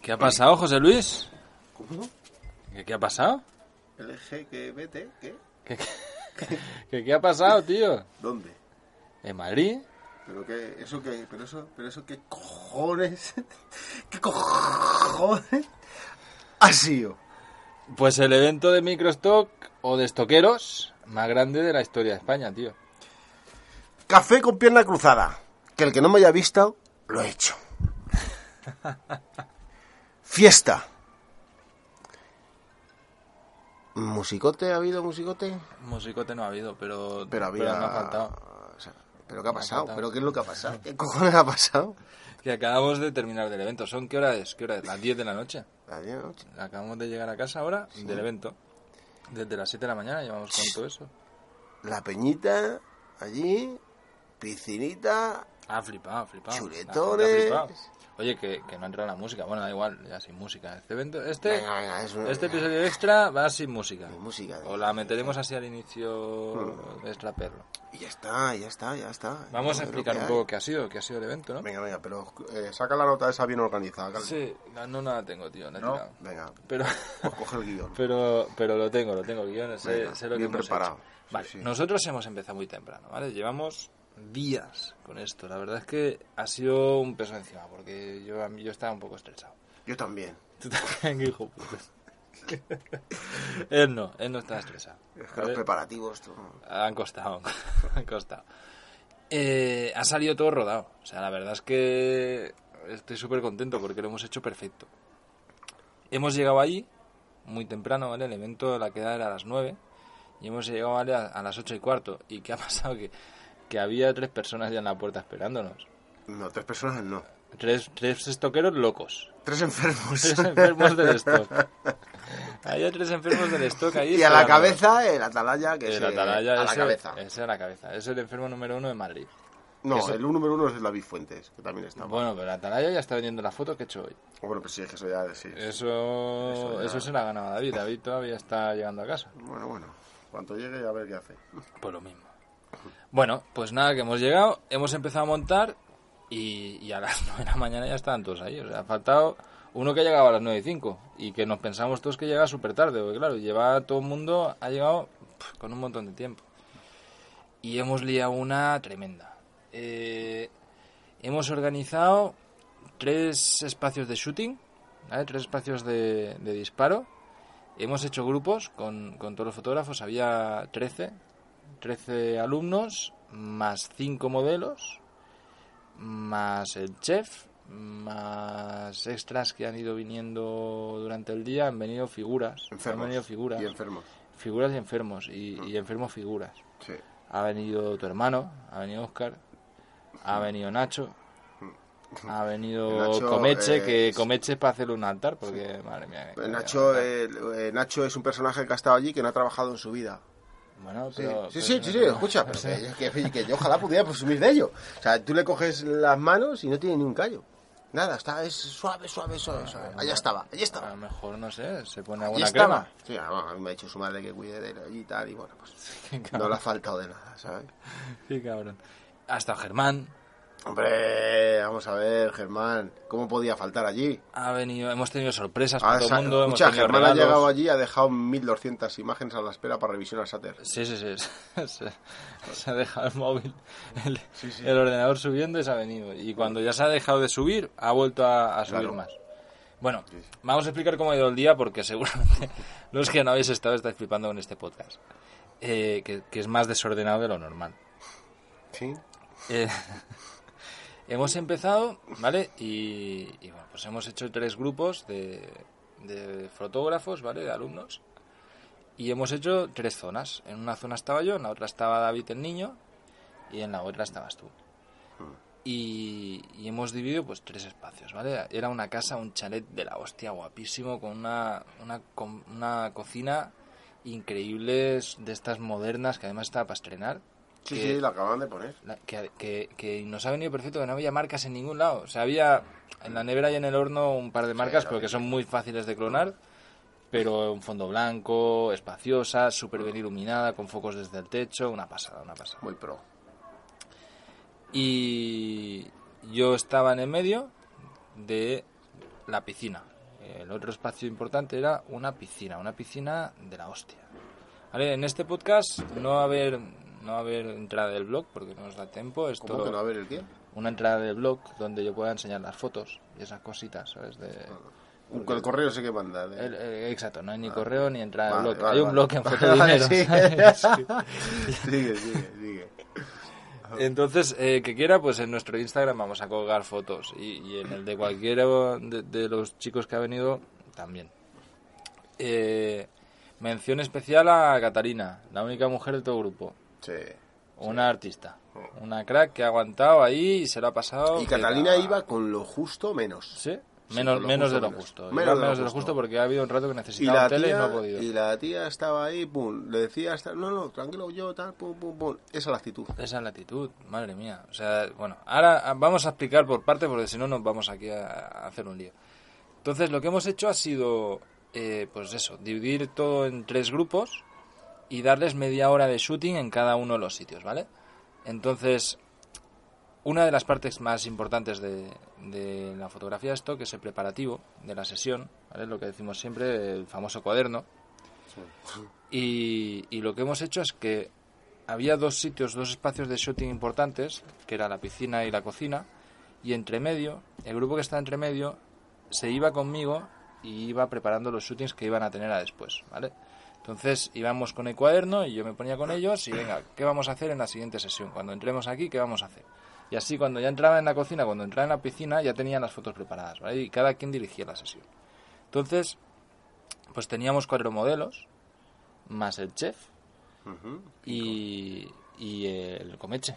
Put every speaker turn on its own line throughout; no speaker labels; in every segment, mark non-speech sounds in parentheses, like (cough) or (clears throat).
¿Qué ha pasado, José Luis?
¿Cómo?
¿Qué, qué ha pasado?
LGBT, ¿qué?
¿Qué, qué, qué ha pasado, tío?
¿Dónde?
¿En Madrid?
Pero qué, eso qué, pero eso, pero eso qué cojones, (laughs) qué cojones ha sido.
Pues el evento de microstock o de estoqueros más grande de la historia de España, tío.
Café con pierna cruzada. Que el que no me haya visto, lo he hecho. (laughs) Fiesta. ¿Musicote ha habido musicote?
Musicote no ha habido, pero,
Pero había.
no ha faltado.
o sea, ¿Pero qué ha
Me ha
pasado?
faltado.
¿Pero qué es lo que ha pasado? ¿Qué cojones ha pasado?
Que acabamos de terminar del evento. ¿Son qué hora es? ¿Qué hora es? Las 10 de la noche.
Adiós.
Acabamos de llegar a casa ahora del evento. Desde las 7 de la mañana llevamos con todo eso.
La peñita, allí, piscinita.
Ah, flipado, flipado.
Chuletones.
La gente ha flipado. Oye, que, que no entra la música. Bueno, da igual, ya sin música. Este evento, este,
Venga, venga, es un-
este episodio extra va sin música.
Sin música.
O la meteremos así al inicio
Hmm.
extra perro.
Y ya está, ya está, ya está.
Vamos a
Yo creo
explicar
que
un
hay.
poco qué ha sido, qué ha sido el evento, ¿no?
Venga, venga, pero eh, saca la nota esa bien organizada. Carlos.
Sí, no, no la tengo, tío, la he
¿No?
tirado.
Venga,
Pero, (laughs)
pues coge el guión.
pero, pero lo tengo, lo tengo, el guión, sé,
Venga,
sé lo que
bien
hemos
preparado.
hecho.
Sí,
Vale,
sí.
nosotros hemos empezado muy temprano, ¿vale? Llevamos días con esto. La verdad es que ha sido un peso encima, porque yo, a mí- yo estaba un poco estresado. (laughs)
Yo también.
Tú también, hijo puto. (laughs) él no, él no está estresado.
Es que los
¿vale?
preparativos. tú-
Han costado, (laughs) han costado. Eh, ha salido todo rodado. O sea, la verdad es que estoy súper contento porque lo hemos hecho perfecto. Hemos llegado allí muy temprano, ¿vale? El evento, la queda era a las 9 y hemos llegado ¿vale? a, a las 8 y cuarto. ¿Y qué ha (laughs) pasado? Que, que había tres personas ya en la puerta esperándonos.
No, tres personas no.
Tres, tres estoqueros locos. (laughs)
Tres enfermos.
Tres enfermos del stock. Había tres enfermos del stock ahí.
(laughs) y a la
esperándonos.
cabeza el atalaya que
El
se-
atalaya
a la
ese-
cabeza.
ese a la cabeza. Es el enfermo número uno de Madrid.
no,
eso-
el número uno es el David Fuentes, que también está. Bueno,
Bueno, pero el Atalaya ya está vendiendo las fotos que he hecho hoy.
pues sí, es que eso ya sí.
Eh. Eso,
ya-
eso se la ha ganado David. David todavía está llegando a casa.
Bueno, bueno. Cuando llegue a ver qué hace.
Pues lo mismo. Bueno, pues nada, que hemos llegado, hemos empezado a montar y, y a las (laughs) 9 de la mañana ya estaban todos ahí. O sea, ha faltado uno que ha llegado a las 9 y 5 y que nos pensamos todos que llega súper tarde, porque claro, lleva todo el mundo, ha llegado pf, con un montón de tiempo. Y hemos liado una tremenda. Eh, hemos organizado tres espacios de shooting, ¿vale? tres espacios de, de disparo. Hemos hecho grupos con, con todos los fotógrafos, había 13, 13 alumnos, más 5 modelos, más el chef, más extras que han ido viniendo durante el día, han venido figuras, han
Enfermos.
venido figuras,
Y enfermos.
figuras y enfermos, y, y enfermos figuras.
Sí.
Ha venido tu hermano, ha venido Oscar, ha venido Nacho, ha venido
Nacho,
Comeche,
eh,
que
sí.
Comeche es para hacerle un altar, porque madre mía. que-
Nacho, eh, eh, Nacho es un personaje que ha estado allí que no ha trabajado en su vida.
Bueno,
Sí,
pero-
sí,
pero-
sí, sí, sí, escucha, (laughs) pero que, que- que yo ojalá pudiera presumir de ello. O sea, tú le coges las manos y no tiene ni un callo. Nada, está, es suave, suave, suave, suave. Allá estaba, allá
A lo
estaba.
mejor, no sé, se pone
Allí
alguna
estaba.
crema.
Ah,
(laughs)
Sí, ah, bueno, a mí me ha dicho su madre que cuide de él allí y tal, y bueno, pues no le ha faltado de nada, ¿sabes?
Sí, cabrón. Hasta Germán.
Hombre, vamos a ver, Germán, ¿cómo podía faltar allí?
Ha venido, hemos tenido sorpresas
Ah,
para todo
sa-
el mundo. hemos
escucha,
tenido
Germán ha
regalos.
llegado allí y ha dejado 1200 imágenes a la espera para revisión a Sater.
Sí, sí, sí. (laughs) Se, se ha dejado el móvil, el,
Sí, sí.
el ordenador subiendo y se ha venido. Y cuando ya se ha dejado de subir, ha vuelto a, a subir
Claro.
más. Bueno,
Sí, sí.
vamos a explicar cómo ha ido el día porque (laughs) seguramente los que no habéis estado estáis flipando con este podcast. Eh, que- que es más desordenado de lo normal.
Sí,
Eh, (laughs) hemos empezado, ¿vale? Y, y, bueno, pues hemos hecho tres grupos de, de fotógrafos, ¿vale? De alumnos. Y hemos hecho tres zonas. En una zona estaba yo, en la otra estaba David el niño y en la otra estabas tú. Y, y hemos dividido pues tres espacios, ¿vale? Era una casa, un chalet de la hostia guapísimo con una, una, com- una cocina increíble de estas modernas que además estaba para estrenar.
sí,
que-
sí, lo acaban de poner.
la- que, que- que nos ha venido perfecto que no había marcas en ningún lado. O sea, había en la nevera y en el horno un par de marcas,
la
pero que
típica.
son muy fáciles de clonar. Pero un fondo blanco, espaciosa, súper bien iluminada, con focos desde el techo, una pasada, una pasada.
Muy pro.
Y yo estaba en el medio de la piscina, El otro espacio importante era una piscina, una piscina de la hostia. Vale, en este podcast no va a haber, no va a haber entrada del blog porque no nos da tiempo. Esto
¿Cómo que no va a haber el qué?
Una entrada del blog donde yo pueda enseñar las fotos y esas cositas, ¿sabes? De,
Con el correo sé que manda. ¿eh? de-
el- el- exacto, no hay ni correo ni entrada del
Ah, Vale,
blog.
vale,
hay un
vale.
blog en foto de
Vale,
dinero.
(laughs) sigue.
¿sabes?
(laughs) sigue, sigue, sigue.
Entonces, eh, que quiera, pues en nuestro Instagram vamos a colgar fotos y, y en el de cualquiera de, de los chicos que ha venido también. Eh, mención especial a Catarina, la única mujer de todo grupo.
Sí. Oh.
Una artista, una crack que ha aguantado ahí y se lo ha pasado.
Y
que
Catalina
la-
iba con lo justo menos.
¿Sí?
Sí,
Menos,
con lo
menos
justo,
de lo
menos.
justo. Iba
Menos
Menos,
de lo
de lo
justo.
justo porque ha habido un rato que
Y
necesitaba
la,
un tele y
tía,
no ha podido.
y la tía estaba ahí, pum, le decía, hasta, no, no, tranquilo yo, tal, pum, pum, pum. Esa es la actitud.
Esa es la actitud, madre mía. O sea, bueno, ahora ah, vamos a explicar por parte porque si no nos vamos aquí a, a hacer un lío. Entonces, lo que hemos hecho ha sido, eh, pues eso, dividir todo en tres grupos y darles media hora de shooting en cada uno de los sitios, ¿vale? Entonces, una de las partes más importantes de, de la fotografía, esto, que es el preparativo de la sesión, ¿vale? Lo que decimos siempre, el famoso cuaderno. Y, y lo que hemos hecho es que había dos sitios, dos espacios de shooting importantes, que era la piscina y la cocina, y entre medio, el grupo que estaba entre medio, se iba conmigo y iba preparando los shootings que iban a tener a después, ¿vale? Entonces íbamos con el cuaderno y yo me ponía con ellos y venga, ¿qué vamos a hacer en la siguiente sesión? Cuando entremos aquí, ¿qué vamos a hacer? Y así cuando ya entraba en la cocina, cuando entraba en la piscina, ya tenían las fotos preparadas, ¿vale? Y cada quien dirigía la sesión. Entonces, pues teníamos cuatro modelos, más el chef y, y el comeche.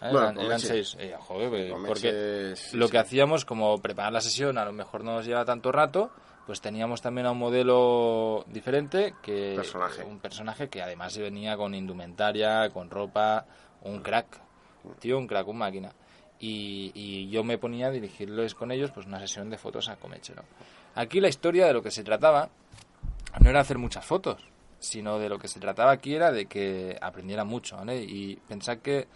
Ah,
Bueno,
eran,
comeche.
eran seis. Eh, joder, eh,
Comeche,
porque
sí,
lo
sí.
que hacíamos, como preparar la sesión, a lo mejor no nos lleva tanto rato, pues teníamos también a un modelo diferente que
Personaje.
un personaje que además venía con indumentaria, con ropa, un
Mm.
crack, tío, un crack, un máquina. Y, y yo me ponía a dirigirles con ellos pues una sesión de fotos a comeche, ¿no? Aquí la historia de lo que se trataba no era hacer muchas fotos, sino de lo que se trataba aquí era de que aprendiera mucho, ¿vale? Y pensar que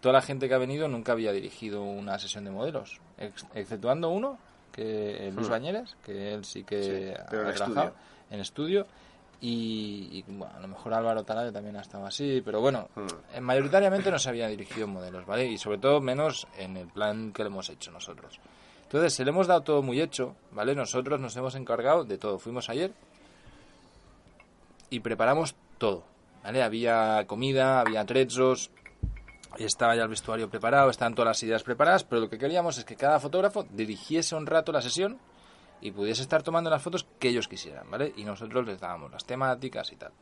toda la gente que ha venido nunca había dirigido una sesión de modelos, ex- exceptuando uno, que eh, Luis Bañeres, que él sí que
Sí,
ha
pero en
trabajado en estudio. Y, y, bueno, a lo mejor Álvaro Talario también ha estado así, pero bueno,
Hmm.
eh, mayoritariamente no se había dirigido modelos, ¿vale? Y sobre todo menos en el plan que le hemos hecho nosotros. Entonces, se le hemos dado todo muy hecho, ¿vale? Nosotros nos hemos encargado de todo. Fuimos ayer y preparamos todo, ¿vale? Había comida, había trechos, estaba ya el vestuario preparado, estaban todas las ideas preparadas, pero lo que queríamos es que cada fotógrafo dirigiese un rato la sesión y pudiese estar tomando las fotos que ellos quisieran, ¿vale? Y nosotros les dábamos las temáticas y tal.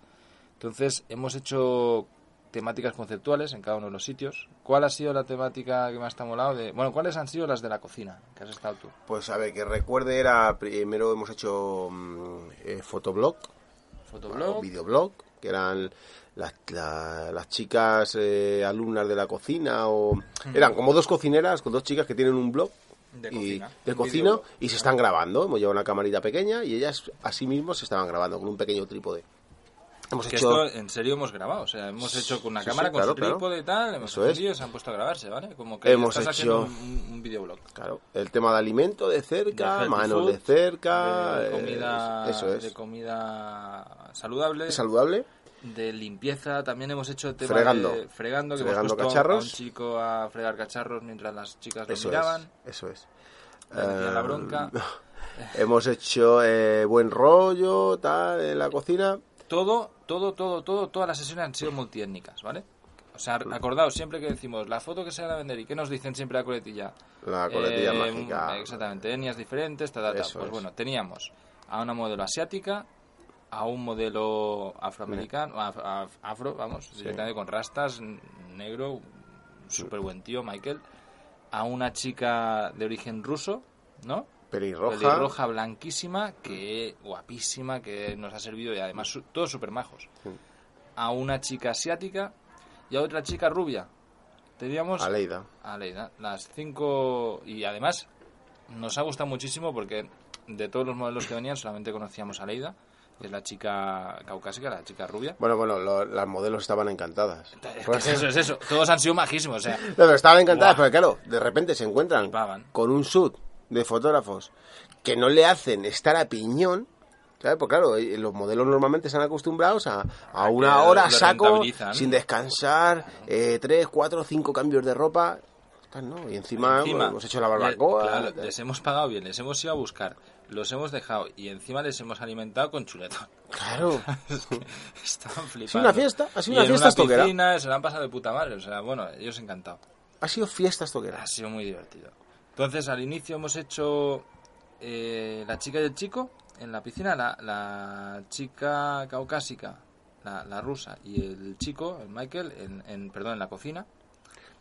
Entonces, hemos hecho temáticas conceptuales en cada uno de los sitios. ¿Cuál ha sido la temática que más te ha molado? De... Bueno, ¿cuáles han sido las de la cocina que has estado tú?
Pues a ver, que recuerde, era primero hemos hecho mm, eh, fotoblog,
Fotoblog.
o videoblog, que eran las, la- las chicas eh, alumnas de la cocina, o eran como dos cocineras, con dos chicas que tienen un blog.
De
y-
cocina.
de
Un
cocina,
videoblog.
y se están grabando. Hemos llevado una camarita pequeña y ellas a sí mismos se estaban grabando con un pequeño trípode. Hemos
Que
hecho...
esto en serio hemos grabado, o sea, hemos hecho con una
Sí,
cámara,
sí,
con
claro,
su
claro.
trípode y tal, hemos
Eso
hecho
es.
vídeos, se han puesto a grabarse, ¿vale? Como que
Hemos
estás
hecho-
haciendo un, un videoblog.
Claro, el tema de alimento de cerca,
healthy
manos
food,
de cerca,
de
eh,
comida,
eso es.
de comida saludable,
saludable.
de limpieza, también hemos hecho el tema
Fregando.
de fregando, que
Fregando
hemos puesto a un- a
cacharros.
un chico a fregar cacharros mientras las chicas lo
Eso
miraban,
es, eso es.
le metían la
Eh, (laughs)
bronca,
Hemos hecho eh, buen rollo, tal, en la cocina.
todo, todo, todo, todo, todas las sesiones han sido multiétnicas, ¿vale? O sea, acordaos siempre que decimos la foto que se van a vender y que nos dicen siempre la coletilla.
La coletilla
Eh,
mágica.
Exactamente, etnias diferentes, ta, ta, ta.
Eso
Pues
es.
bueno, teníamos a una modelo asiática, a un modelo afroamericano, af- af- afro, vamos, directamente con rastas, n- negro, súper buen tío, Michael, a una chica de origen ruso, ¿no?
Pelirroja.
pelirroja blanquísima, que guapísima, que nos ha servido y además su- todos súper majos. A una chica asiática y a otra chica rubia. Teníamos
Aleida.
a Leida, las cinco. Y además, nos ha gustado muchísimo porque de todos los modelos que venían, solamente conocíamos a Leida, que es la chica caucásica, la chica rubia.
Bueno, bueno, lo- las modelos estaban encantadas.
Es que
Pues-
es (laughs)
(laughs)
eso, es eso. Todos han sido majísimos, o sea.
No, pero estaban encantadas,
Buah.
porque claro, de repente se encuentran
Flipaban.
con un sud de fotógrafos que no le hacen estar a piñón, ¿sabes? Pues claro, eh, los modelos normalmente están acostumbrados a, a una
lo-
hora
lo
saco,
rentabilizan.
sin descansar, eh, tres, cuatro, cinco cambios de ropa, tal, ¿no? Y encima, bueno, hemos hecho la
le-
barbacoa.
claro,
tal.
les hemos pagado bien, les hemos ido a buscar, los hemos dejado y encima les hemos alimentado con
(laughs)
chuletón. (laughs)
claro.
Es que Estaban flipando.
una fiesta, ha sido
Y
una
en
fiesta estoquera.
piscina, se la han pasado de puta madre, o sea, bueno, ellos encantados.
Ha sido fiesta esto que era.
Ha sido muy divertido. Entonces, al inicio hemos hecho eh, la chica y el chico en la piscina, la, la chica caucásica, la, la rusa, y el chico, el Michael, en, en- perdón, en la
(laughs)
cocina.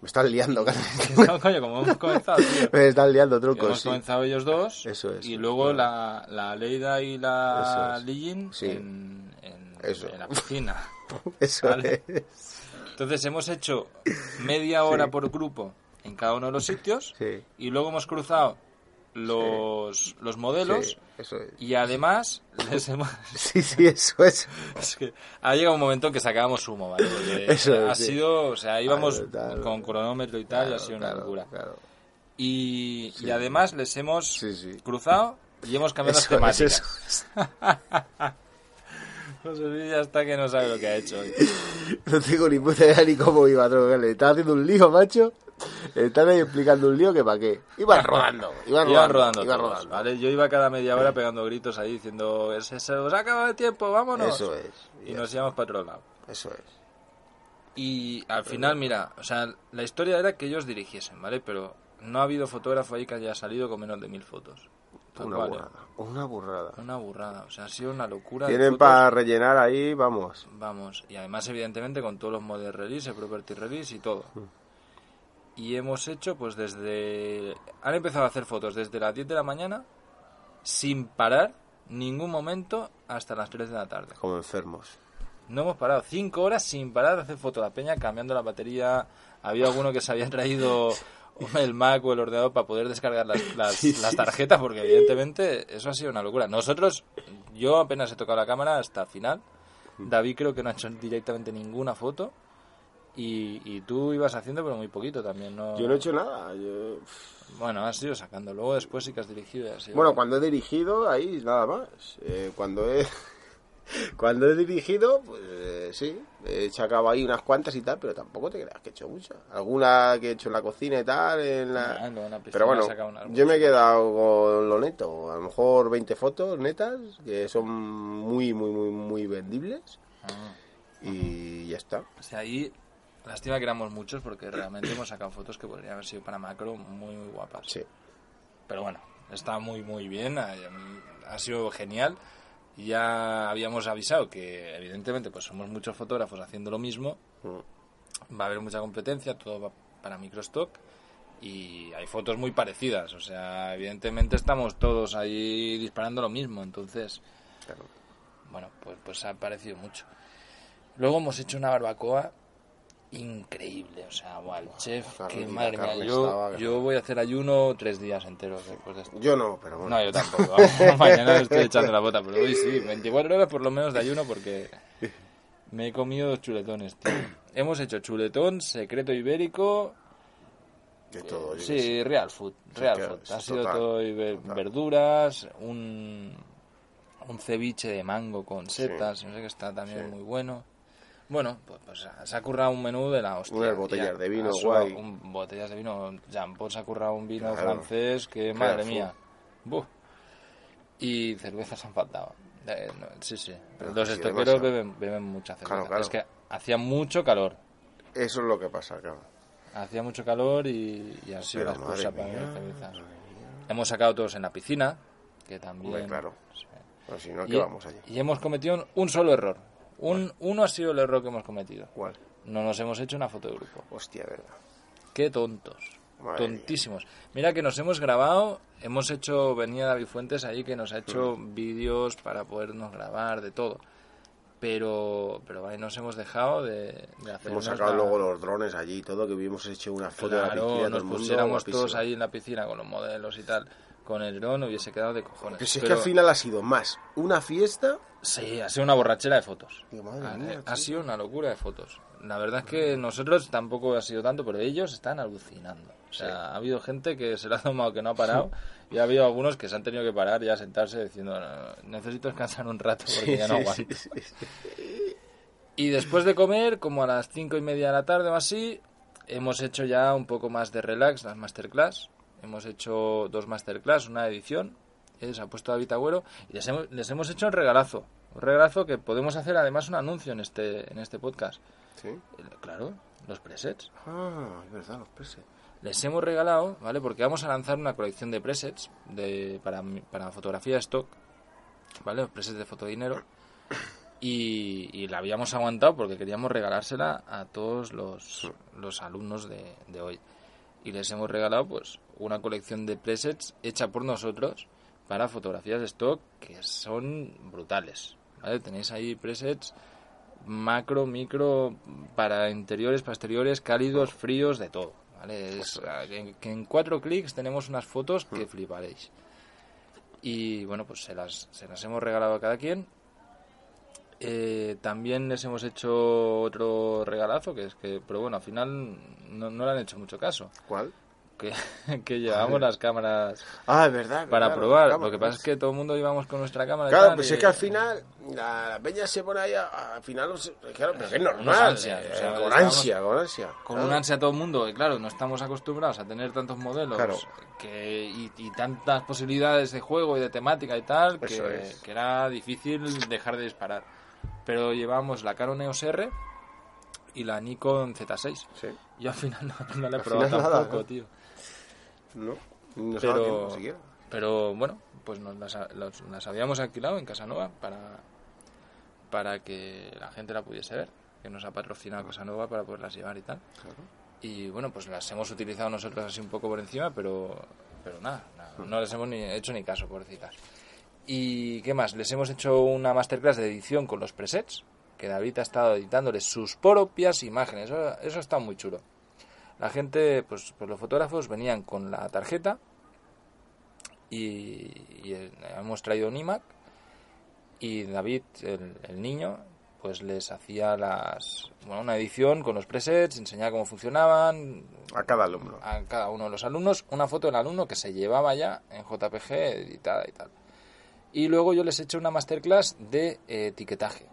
Me estás liando, cara.
No, coño, como hemos comenzado, tío.
(laughs) Me estás liando, trucos.
Hemos
sí.
comenzado ellos dos.
Eso es,
Y
eso
luego
es.
la, la Leida y la
Eso es.
Lillin
Sí.
en, en-
Eso.
en la piscina.
(laughs) Eso
Vale.
es.
Entonces hemos hecho media hora por grupo en cada uno de los sitios
Sí.
y luego hemos cruzado los, los modelos
Sí, eso es.
y además les hemos... (laughs)
Sí, sí, eso es.
es que ha llegado un momento en que sacábamos humo, ¿vale? Porque
(laughs) Eso es,
ha
sí.
sido, o sea, íbamos
Claro, claro.
con cronómetro y tal, y ha sido una
Claro,
locura.
claro.
Y, y además les hemos
Sí, sí.
cruzado y hemos cambiado
Eso
las temáticas.
es, eso es. (laughs)
José Luis Pues ya está que no sabe lo que ha hecho hoy.
No tengo ni puta idea ni cómo iba, tronco, que Le estaba haciendo un lío, macho. Le están ahí explicando un lío que para qué.
(laughs)
Iban rodando. Iban
Iban
rodando.
rodando,
Iban
todos,
rodando.
¿vale? Yo iba cada media hora pegando gritos ahí diciendo, se, se nos ha acabado el tiempo, vámonos.
Eso es.
Y nos íbamos para otro lado.
Eso es.
Y al final, mira, o sea, la historia era que ellos dirigiesen, ¿vale? Pero no ha habido fotógrafo ahí que haya salido con menos de mil fotos. Tal
Una
cual,
burrada. Una
¿eh?
burrada.
Una burrada, o sea, ha sido una locura. de
Tienen
fotos.
para rellenar ahí, vamos.
Vamos, y además evidentemente con todos los model release, el property release y todo. Y hemos hecho pues desde... Han empezado a hacer fotos desde las 10 de la mañana sin parar ningún momento hasta las 3 de la tarde.
Como enfermos.
No hemos parado, 5 horas sin parar de hacer fotos. La peña cambiando la batería. Había alguno que se había traído el Mac o el ordenador para poder descargar las, las-
Sí, sí,
las tarjetas porque evidentemente eso ha sido una locura. Nosotros, yo apenas he tocado la cámara hasta el final.
Mm.
David creo que no ha hecho directamente ninguna foto. Y, y tú ibas haciendo pero muy poquito también. ¿no?
Yo no he hecho nada. yo-
Bueno, has ido sacando. Luego después sí que has dirigido. y has ido-
Bueno, cuando he dirigido, ahí nada más. Eh, cuando he. (laughs) Cuando he dirigido, pues eh, sí, he sacado ahí unas cuantas y tal, pero tampoco te creas que he hecho muchas. Alguna que he hecho en la cocina y tal, en la...
Ah, luego en la piscina
pero bueno,
has sacado una-
yo me he quedado con lo neto. A lo mejor 20 fotos netas, que son muy, muy, muy, muy vendibles.
Ah.
Y ya está.
O sea, ahí lástima que éramos muchos porque realmente hemos sacado fotos que podrían haber sido para macro muy, muy guapas.
Sí.
Pero bueno, está muy, muy bien, ha, ha sido genial. Ya habíamos avisado que, evidentemente, pues somos muchos fotógrafos haciendo lo mismo. Va a haber mucha competencia, todo va para microstock. Y hay fotos muy parecidas. O sea, evidentemente estamos todos ahí disparando lo mismo. Entonces,
Claro.
bueno, pues, pues ha parecido mucho. Luego hemos hecho una barbacoa increíble, o sea, buah, el chef,
carne-
que
la
madre mía,
carne
yo,
estaba-
yo voy a hacer ayuno tres días enteros después de esto.
Yo no, pero bueno.
No, yo tampoco, vamos, (laughs) mañana me
(laughs)
estoy echando la bota, pero hoy sí, 24 horas por lo menos de ayuno porque me he comido dos chuletones, tío. Hemos hecho chuletón, secreto ibérico,
de todo. yo qué sé.
sí, real food, real
claro,
food, ha
es
sido
total,
todo y ver-
total.
verduras, un, un ceviche de mango con setas, no sé qué está también muy bueno. Bueno, pues, pues, se ha currado un menú de la hostia.
Unas botellas
y ha-
de vino
ha sobrado
guay.
un- botellas de vino, Jean Paul se ha currado un vino
Claro.
francés que,
Claro,
madre
fu.
mía. Buh. Y cervezas han faltado. Eh, no, sí, sí.
Pero
Los
sí,
estoqueros
demasiado.
beben, beben mucha cerveza.
Claro, claro.
Es que hacía mucho calor.
Eso es lo que pasa, claro.
Hacía mucho calor y, y ha sido
Pero
la excusa
madre
para
mía,
beber cerveza. Hemos sacado todos en la piscina, que también...
Hombre, claro. Bueno, si no, ¿a
Y,
¿qué vamos allí?
y hemos cometido un, un solo error. Un, uno ha sido el error que hemos cometido.
¿Cuál?
No nos hemos hecho una foto de grupo.
Hostia, verdad.
Qué tontos.
Madre
Tontísimos. Mira que nos hemos grabado, hemos hecho, venía David Fuentes ahí que nos ha hecho
Mm.
vídeos para podernos grabar, de todo. Pero, pero vale, nos hemos dejado de, de hacer.
Hemos sacado luego los drones allí y todo, que hubiéramos hecho una foto de la
Claro,
piscina, todo
nos
el mundo
pusiéramos
guapísimo.
todos ahí en la piscina con los modelos y tal. con el dron hubiese quedado de cojones.
Porque si es
Pero
que al final ha sido más una fiesta.
Sí, ha sido una borrachera de fotos.
Digo, madre
ha,
mía,
ha
sí.
sido una locura de fotos. La verdad es que nosotros tampoco ha sido tanto, pero ellos están alucinando. O sea, ha habido gente que se la ha tomado que no ha
(laughs)
parado y ha habido algunos que se han tenido que parar y a sentarse diciendo, "No, no, necesito descansar un rato porque ya no
(laughs) Sí,
aguanto.
sí, sí, sí.
Y después de comer, como a las cinco y media de la tarde o así, hemos hecho ya un poco más de relax las masterclass. Hemos hecho dos masterclass, una edición, eh, se ha puesto David Agüero, y les hemos, les hemos hecho un regalazo. Un regalazo que podemos hacer además un anuncio en este, en este podcast.
Sí.
Eh, Claro, los presets.
Ah, es verdad, los presets.
Les hemos regalado, ¿vale? Porque vamos a lanzar una colección de presets de, para, mi- para fotografía stock, ¿vale? Los presets de fotodinero. Y, y la habíamos aguantado porque queríamos regalársela a todos los, los alumnos de, de hoy. Y les hemos regalado, pues, una colección de presets hecha por nosotros para fotografías de stock que son brutales, ¿vale? Tenéis ahí presets macro, micro, para interiores, para exteriores, cálidos, fríos, de todo. ¿vale? Es,
Pues
ah, que, en- que en cuatro clics tenemos unas fotos
Hmm.
que fliparéis. Y bueno, pues se las, se las hemos regalado a cada quien. Eh, también les hemos hecho otro regalazo, que es que, pero bueno, al final no, no le han hecho mucho caso.
¿Cuál?
Que, (laughs) que llevamos las cámaras
Ah, es verdad.
para
claro,
probar.
cámara,
Lo que pasa es que todo el mundo llevamos con nuestra cámara. y
Claro,
tal,
pues
y-
es que al final la, la peña se pone ahí, a- al final, no sé, claro, pero que es
Unos
normal.
ansias,
eh,
o sea,
con
estamos-
ansia, con ansia.
con
claro.
un ansia a todo el mundo, que claro, no estamos acostumbrados a tener tantos modelos
Claro.
que, y, y tantas posibilidades de juego y de temática y tal, que,
Eso es.
que era difícil dejar de disparar. Pero llevamos la Canon EOS R y la Nikon Z6.
Sí,
Yo al final no, no la he
Al
probado
final nada,
tampoco,
¿no?
tío.
no. No se da tiempo
Pero,
ni siquiera.
pero bueno, pues nos las, ha- los- las habíamos alquilado en Casanova para, para que la gente la pudiese ver, que nos ha patrocinado Casanova para poderlas llevar y tal.
Claro.
Y bueno, pues las hemos utilizado nosotros así un poco por encima, pero, pero nada, nada, no les hemos ni hecho ni caso, pobrecitas. ¿Y qué más? Les hemos hecho una masterclass de edición con los presets, que David ha estado editándoles sus propias imágenes. Eso, eso está muy chulo. La gente, pues, pues los fotógrafos venían con la tarjeta y, y, eh, hemos traído un iMac y David, el, el niño, pues les hacía las bueno, una edición con los presets, enseñaba cómo funcionaban
A cada alumno.
a cada uno de los alumnos, una foto del alumno que se llevaba ya en JPG editada y tal. Y luego yo les he hecho una masterclass de eh, etiquetaje,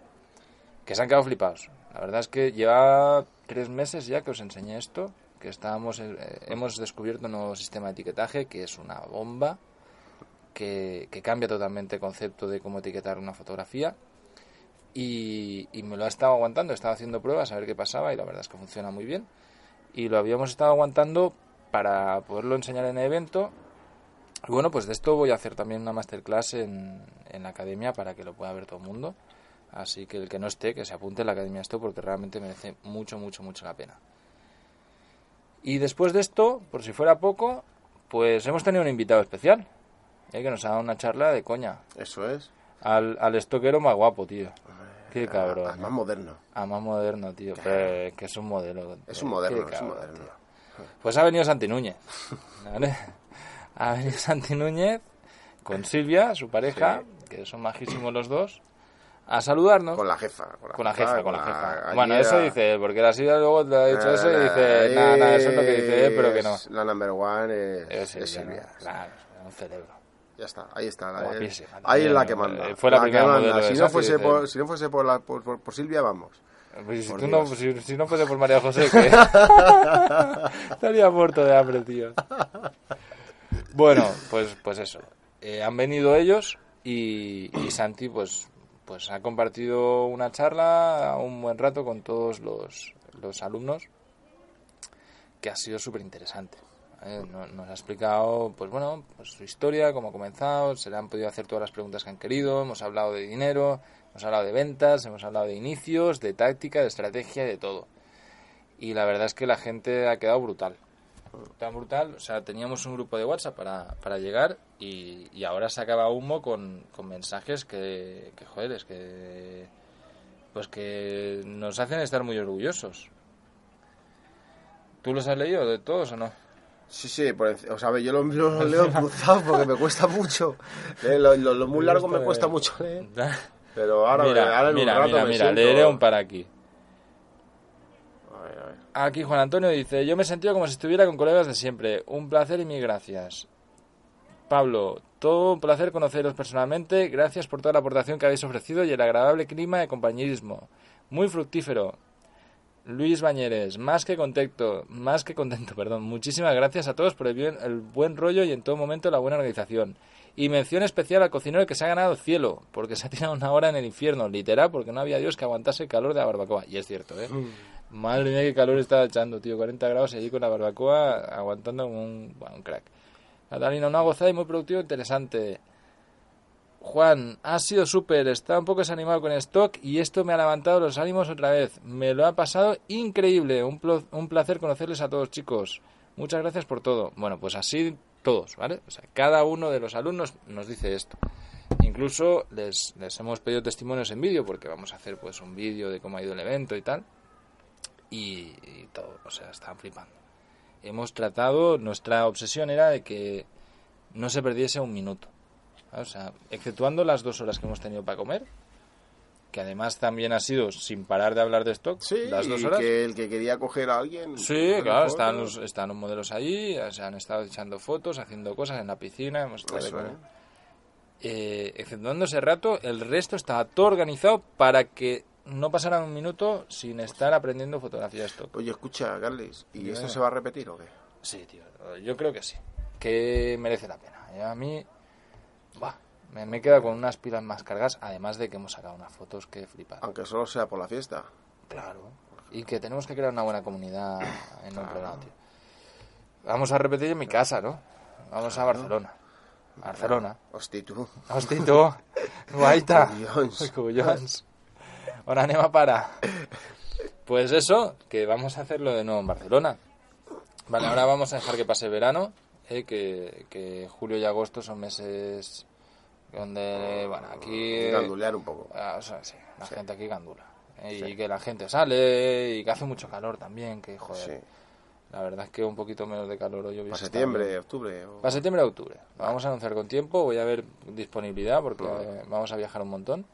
que se han quedado flipados. La verdad es que lleva tres meses ya que os enseñé esto, que estábamos, eh, hemos descubierto un nuevo sistema de etiquetaje que es una bomba, que, que cambia totalmente el concepto de cómo etiquetar una fotografía. Y, y me lo ha estado aguantando, he estado haciendo pruebas a ver qué pasaba y la verdad es que funciona muy bien. Y lo habíamos estado aguantando para poderlo enseñar en el evento. Y bueno, pues de esto voy a hacer también una masterclass en, en la academia para que lo pueda ver todo el mundo. Así que el que no esté, que se apunte en la academia a esto porque realmente merece mucho, mucho, mucho la pena. Y después de esto, por si fuera poco, pues hemos tenido un invitado especial. eh, que nos ha dado una charla de coña.
Eso es.
Al, al estoquero más guapo, tío. Qué cabrón.
Al ah, más moderno.
A más moderno, tío. Pero es que es un modelo.
Es
tío.
un
Qué
moderno, es un
cabrón,
moderno.
tío. Pues ha venido Santi Núñez. ¿vale? (laughs) Ha venido Santi Núñez con Silvia, su pareja, que son majísimos los dos, a saludarnos.
Con la jefa.
Con la jefa, con la jefa.
allí
Bueno, eso
era-
dice él, porque la Silvia luego le ha dicho eso y dice,
Eh,
nada, nada, eso es lo que dice él, pero que no.
es- La number one es,
Es
es
Silvia,
Silvia.
¿no? Claro, es un cerebro.
Ya está, ahí está. La,
Guapísima
ahí
también,
es la que
¿no?
manda.
eh, Fue la
que
primera
manda.
modelo de
Si no
esas,
fuese,
dice-
por, si no fuese por, la, por, por, por Silvia, vamos.
Pues si,
Por
tú no,
Dios.
si, si no fuese por María José, que
(laughs)
estaría muerto de hambre, tío. Bueno, pues, pues eso. Eh, han venido ellos y, y Santi, pues, pues ha compartido una charla un buen rato con todos los, los alumnos, que ha sido súper interesante. Eh, no- Nos ha explicado, pues bueno, pues su historia, cómo ha comenzado, se le han podido hacer todas las preguntas que han querido, hemos hablado de dinero, hemos hablado de ventas, hemos hablado de inicios, de táctica, de estrategia, y de todo. Y la verdad es que la gente ha quedado brutal. Tan brutal, o sea, teníamos un grupo de WhatsApp para, para llegar y, y ahora se acaba humo con, con mensajes que, que, joder, es que. Pues que nos hacen estar muy orgullosos. ¿Tú los has leído de todos o no?
Sí, sí, por enci- o sea, yo los
(laughs)
lo, lo leo cruzado porque me cuesta mucho. Eh, Los lo, lo muy largos me cuesta mucho leer.
(laughs)
Pero ahora,
mira,
ahora en
mira,
un rato
mira,
me
mira,
siento-
leeré un par aquí.
A ver, a ver.
Aquí Juan Antonio dice, yo me he sentido como si estuviera con colegas de siempre. Un placer y mil gracias. Pablo, todo un placer conoceros personalmente. Gracias por toda la aportación que habéis ofrecido y el agradable clima de compañerismo. Muy fructífero. Luis Bañeres, más que contento, más que contento, (laughs) perdón. Muchísimas gracias a todos por el, bien- el buen rollo y en todo momento la buena organización. Y mención especial al cocinero que se ha ganado el cielo, porque se ha tirado una hora en el infierno, literal, porque no había Dios que aguantase el calor de la barbacoa. Y es cierto, ¿eh? Madre mía, qué calor estaba echando, tío. 40 grados y allí con la barbacoa aguantando como un, bueno, un crack. Catalina, una gozada y muy productivo, interesante. Juan, ha sido súper, está un poco desanimado con Stock y esto me ha levantado los ánimos otra vez. Me lo ha pasado increíble, un, plo- un placer conocerles a todos chicos. Muchas gracias por todo. Bueno, pues así todos, ¿vale? O sea, cada uno de los alumnos nos dice esto. Incluso les, les hemos pedido testimonios en vídeo porque vamos a hacer pues un vídeo de cómo ha ido el evento y tal. Y, y todo, o sea, estaban flipando. Hemos tratado, nuestra obsesión era de que no se perdiese un minuto. Ah, O sea, exceptuando las dos horas que hemos tenido para comer, que además también ha sido sin parar de hablar de stock,
Sí,
las dos
y
horas.
que el que quería coger a alguien.
Sí,
a lo
claro,
mejor,
están
¿no?
los, están los modelos allí, se han estado echando fotos, haciendo cosas en la piscina, hemos estado de
Eso,
coña.
¿eh?
Eh, exceptuando ese rato, el resto estaba todo organizado para que no pasara un minuto sin estar aprendiendo fotografía de stock.
Oye, escucha, Carles, ¿y
Dime.
esto se va a repetir o qué?
Sí, tío, yo creo que sí, que merece la pena. Yo a mí, buah, me, me he quedado con unas pilas más cargas, además de que hemos sacado unas fotos que flipas.
Aunque solo sea por la fiesta.
Claro. Y que tenemos que crear una buena comunidad en otro lado, tío. Vamos a repetir en mi casa, ¿no? Vamos a Barcelona. Barcelona.
Hosti, tú.
Hosti, tu. Guaita.
Collons.
Collons. Ahora nema para. Pues eso, que vamos a hacerlo de nuevo en Barcelona. Vale, ahora vamos a dejar que pase el verano, eh, que, que julio y agosto son meses donde, bueno, aquí...
Gandulear un poco.
Ah, o sea, sí, la gente aquí gandula. Eh, Y que la gente sale y que hace mucho calor también, que
Sí.
joder. La verdad es que un poquito menos de calor hoy.
Para septiembre, octubre. o-
Para septiembre o octubre. Lo vamos a anunciar con tiempo, voy a ver disponibilidad porque eh, vamos a viajar un montón.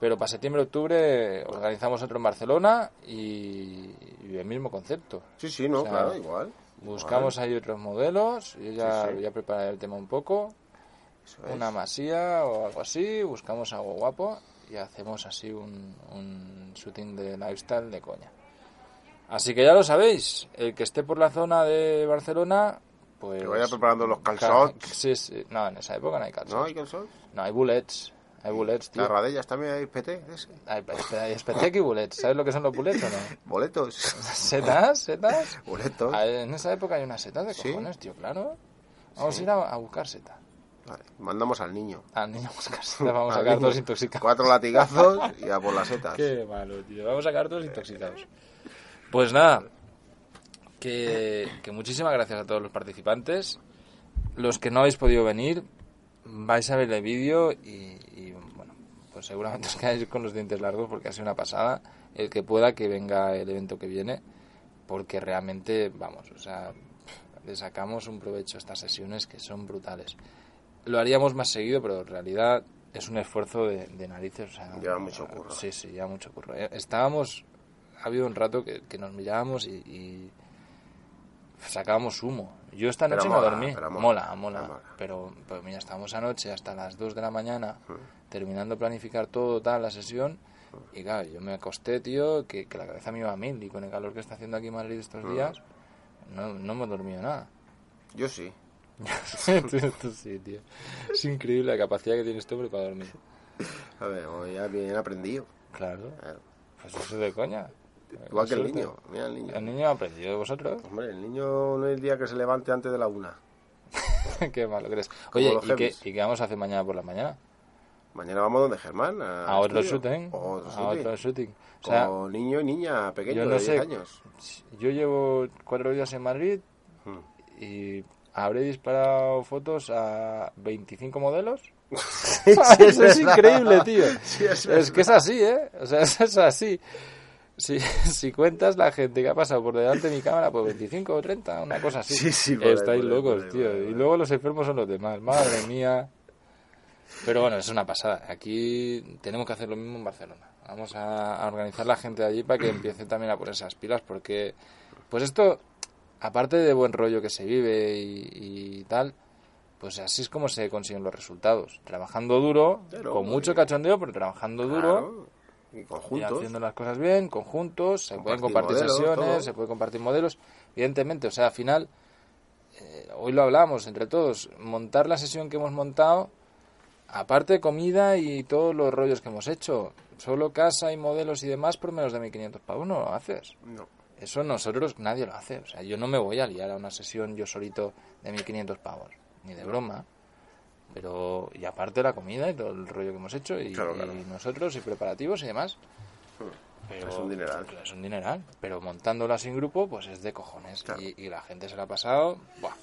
Pero para septiembre octubre organizamos otro en Barcelona y, y el mismo concepto.
Sí, sí, no,
O sea,
claro, igual.
Buscamos ahí otros modelos, yo ya,
Sí, sí.
ya prepararé el tema un poco,
Eso es.
una masía o algo así, buscamos algo guapo y hacemos así un, un shooting de lifestyle de coña. Así que ya lo sabéis, el que esté por la zona de Barcelona, pues...
Que vaya preparando los
ca-
calçots.
Sí, sí. No, en esa época no hay calzots.
¿No
No
hay
hay,
calzones?
bullets. Hay bullets, tío.
Las radellas también hay PT, de ese.
Hay espe- hay espetec y bullets. ¿Sabes lo que son los bullets o
(laughs)
no?
Boletos.
¿Setas? ¿Setas?
Boletos.
A ver, en esa época hay unas setas de
Sí.
cojones, tío, claro. Vamos a ir a, a buscar seta.
Vale, mandamos al niño.
Al niño a buscar
(laughs)
seta, vamos a
Al
sacar
niño.
todos intoxicados.
Cuatro latigazos
(laughs)
y a por las setas.
Qué malo, tío. Vamos a sacar todos intoxicados. Pues nada, que, que muchísimas gracias a todos los participantes. Los que no habéis podido venir, vais a ver el vídeo y, y, bueno, pues seguramente os quedáis con los dientes largos porque ha sido una pasada. El que pueda que venga el evento que viene, porque realmente, vamos, o sea, le sacamos un provecho a estas sesiones que son brutales. Lo haríamos más seguido, pero en realidad es un esfuerzo de, de narices. O sea,
Lleva mucho curro.
Sí, sí, lleva mucho curro. Eh, Estábamos, ha habido un rato que, que nos mirábamos y, y sacábamos humo. Yo esta
Pero
noche no
mola,
dormí.
pero mola,
mola, mola.
pero mola.
Pero, pero mira, estábamos anoche hasta las 2 de la mañana
Mm.
terminando de planificar todo, tal, la sesión. Y claro, yo me acosté, tío, que, que la cabeza me iba a mil. Y con el calor que está haciendo aquí en Madrid estos
Mm.
días, no, no hemos dormido
(laughs)
nada. (laughs)
Yo sí.
Tú- tú sí, tío. Es increíble la capacidad que tienes tú hombre, para dormir.
A ver, o ya bien aprendido.
Claro.
Claro.
Pues eso de coña.
Igual que el
Suerte.
niño. Mira el niño.
El niño ha aprendido de vosotros. (laughs)
Hombre, el niño no es el día que se levante antes de la una.
Qué malo crees.
Como
Oye,
los
¿y qué,
Hemis.
¿y qué vamos a hacer mañana por la mañana?
Mañana vamos donde Germán. a-
A otro
al estudio.
shooting.
O otro
A
shooting.
otro shooting. O sea,
Con niño y niña pequeño
yo no
de 10
sé.
años.
Yo llevo cuatro días en Madrid
Hmm.
y habré disparado fotos a 25 modelos.
(laughs) Sí,
Eso (laughs) es
verdad.
increíble, tío.
Sí, es
(laughs) es que es así, ¿eh? O sea, es así. si, (laughs) si cuentas la gente que ha pasado por delante de mi cámara, pues 25 o 30, una cosa así.
Sí, sí, por ahí,
Estáis
por ahí,
locos,
por ahí,
tío.
por ahí, por
Y
ahí.
luego los enfermos son los demás. Madre (laughs) mía. Pero bueno, es una pasada. Aquí tenemos que hacer lo mismo en Barcelona. Vamos a a organizar la gente de allí para que
(clears throat)
empiece también a ponerse las pilas, porque, pues esto, aparte de buen rollo que se vive y, y tal, pues así es como se consiguen los resultados. Trabajando duro,
Claro,
con
muy
mucho
bien.
cachondeo, pero trabajando duro
Claro. Y
y
conjuntos.
haciendo las cosas bien, conjuntos, se pueden compartir
Compartir modelos,
sesiones,
todo.
se pueden compartir modelos, evidentemente, o sea, al final, eh, hoy lo hablamos entre todos, montar la sesión que hemos montado, aparte de comida y todos los rollos que hemos hecho, solo casa y modelos y demás por menos de 1.500 pavos no lo haces.
No.
Eso nosotros nadie lo hace, o sea, yo no me voy a liar a una sesión yo solito de 1.500 pavos, ni de broma. Pero, y aparte la comida y todo el rollo que hemos hecho, y,
Claro, claro. Hmm.
y nosotros, y preparativos y demás. Pero-
Es un dineral.
Es un dineral. Pero montándola sin grupo, pues es de cojones.
Claro.
Y, y la gente se la ha pasado. ¡buah!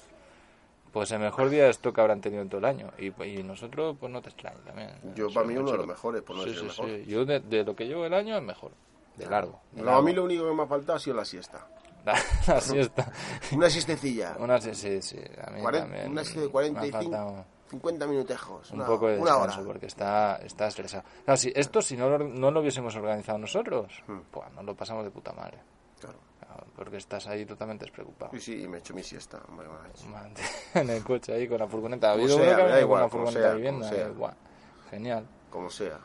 Pues el mejor día de esto que habrán tenido en todo el año. Y, y nosotros, pues no te extraño también.
Yo,
O sea,
para mí, uno
nosotros-
de los mejores, por no
Sí,
decir el
sí,
mejor. Hmm.
sí. Yo, de, de lo que llevo el año, el mejor. De largo. de
No,
largo.
a mí lo único que me ha faltado ha sido la siesta.
La, la siesta.
Una siestecilla.
Una, sí, sí, sí. A mí
Cuaren-
también
una siesta de
me ha
45,
faltado
50 minutejos.
un
una,
poco de
una
descanso
hora.
porque está, está estresado. Claro, si esto si no lo, no lo hubiésemos organizado nosotros,
Hmm.
pues no lo pasamos de puta madre.
Claro.
Claro, Porque estás ahí totalmente despreocupado.
Sí, sí, y me he hecho mi siesta. hombre, me la he hecho.
Mante- (laughs) en el coche ahí con la furgoneta. Ha
Como
habido uno
sea,
que ha
me da
venido
igual,
con la
como
furgoneta
sea,
de vivienda.
como
eh,
sea.
guau, genial.
Como sea.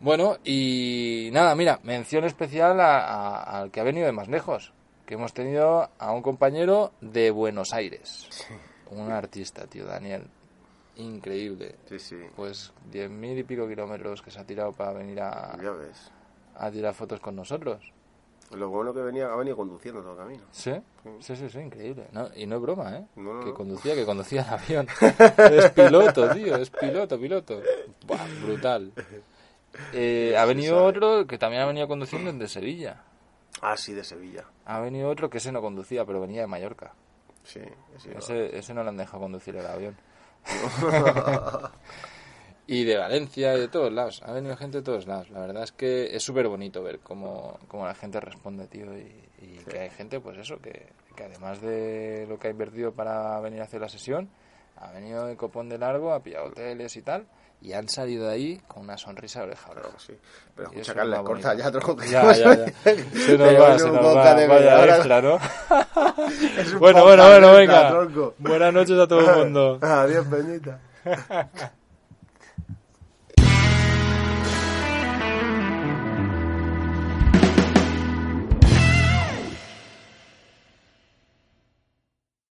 Bueno, y nada, mira, mención especial a- a- al que ha venido de más lejos. Que hemos tenido a un compañero de Buenos Aires. Un artista, tío, Daniel. Increíble.
Sí, sí.
Pues diez mil y pico kilómetros que se ha tirado para venir a,
Ya ves.
a tirar fotos con nosotros.
Lo bueno que venía, ha venido conduciendo todo el camino.
Sí, sí, sí, sí, increíble. No, y no es broma, ¿eh?
No, no,
que
no.
conducía, que conducía el
(laughs)
avión. es piloto, tío, es piloto, piloto. Buah,
(laughs)
brutal. Eh, ha venido otro que también ha venido conduciendo desde Sevilla.
Ah, sí, de Sevilla.
Ha venido otro que ese no conducía, pero venía de Mallorca.
Sí, sí.
Ese, ese no lo han dejado conducir el
(laughs)
avión. y de Valencia y de todos lados. Ha venido gente de todos lados. La verdad es que es súper bonito ver cómo, cómo la gente responde, tío. Y, y que hay gente, pues eso, que, que además de lo que ha invertido para venir a hacer la sesión, ha venido de copón de largo, ha pillado hoteles y tal. Y han salido de ahí con una sonrisa de oreja a oreja.
(laughs) Claro, sí. Pero
Y eso
escucha,
es lo
Carles,
bonito.
corta ya, tronco. que
Ya,
estamos-
ya,
(laughs)
ya. Se nos
Tenemos
va, se
un
nos
podcast
va.
de
Vaya
media hora.
extra,
(laughs)
¿no?
Es un
Bueno, bueno,
(laughs) podcast
bueno,
extra,
venga.
tronco. Ah,
Buenas noches a todo el mundo.
Adiós, Peñita.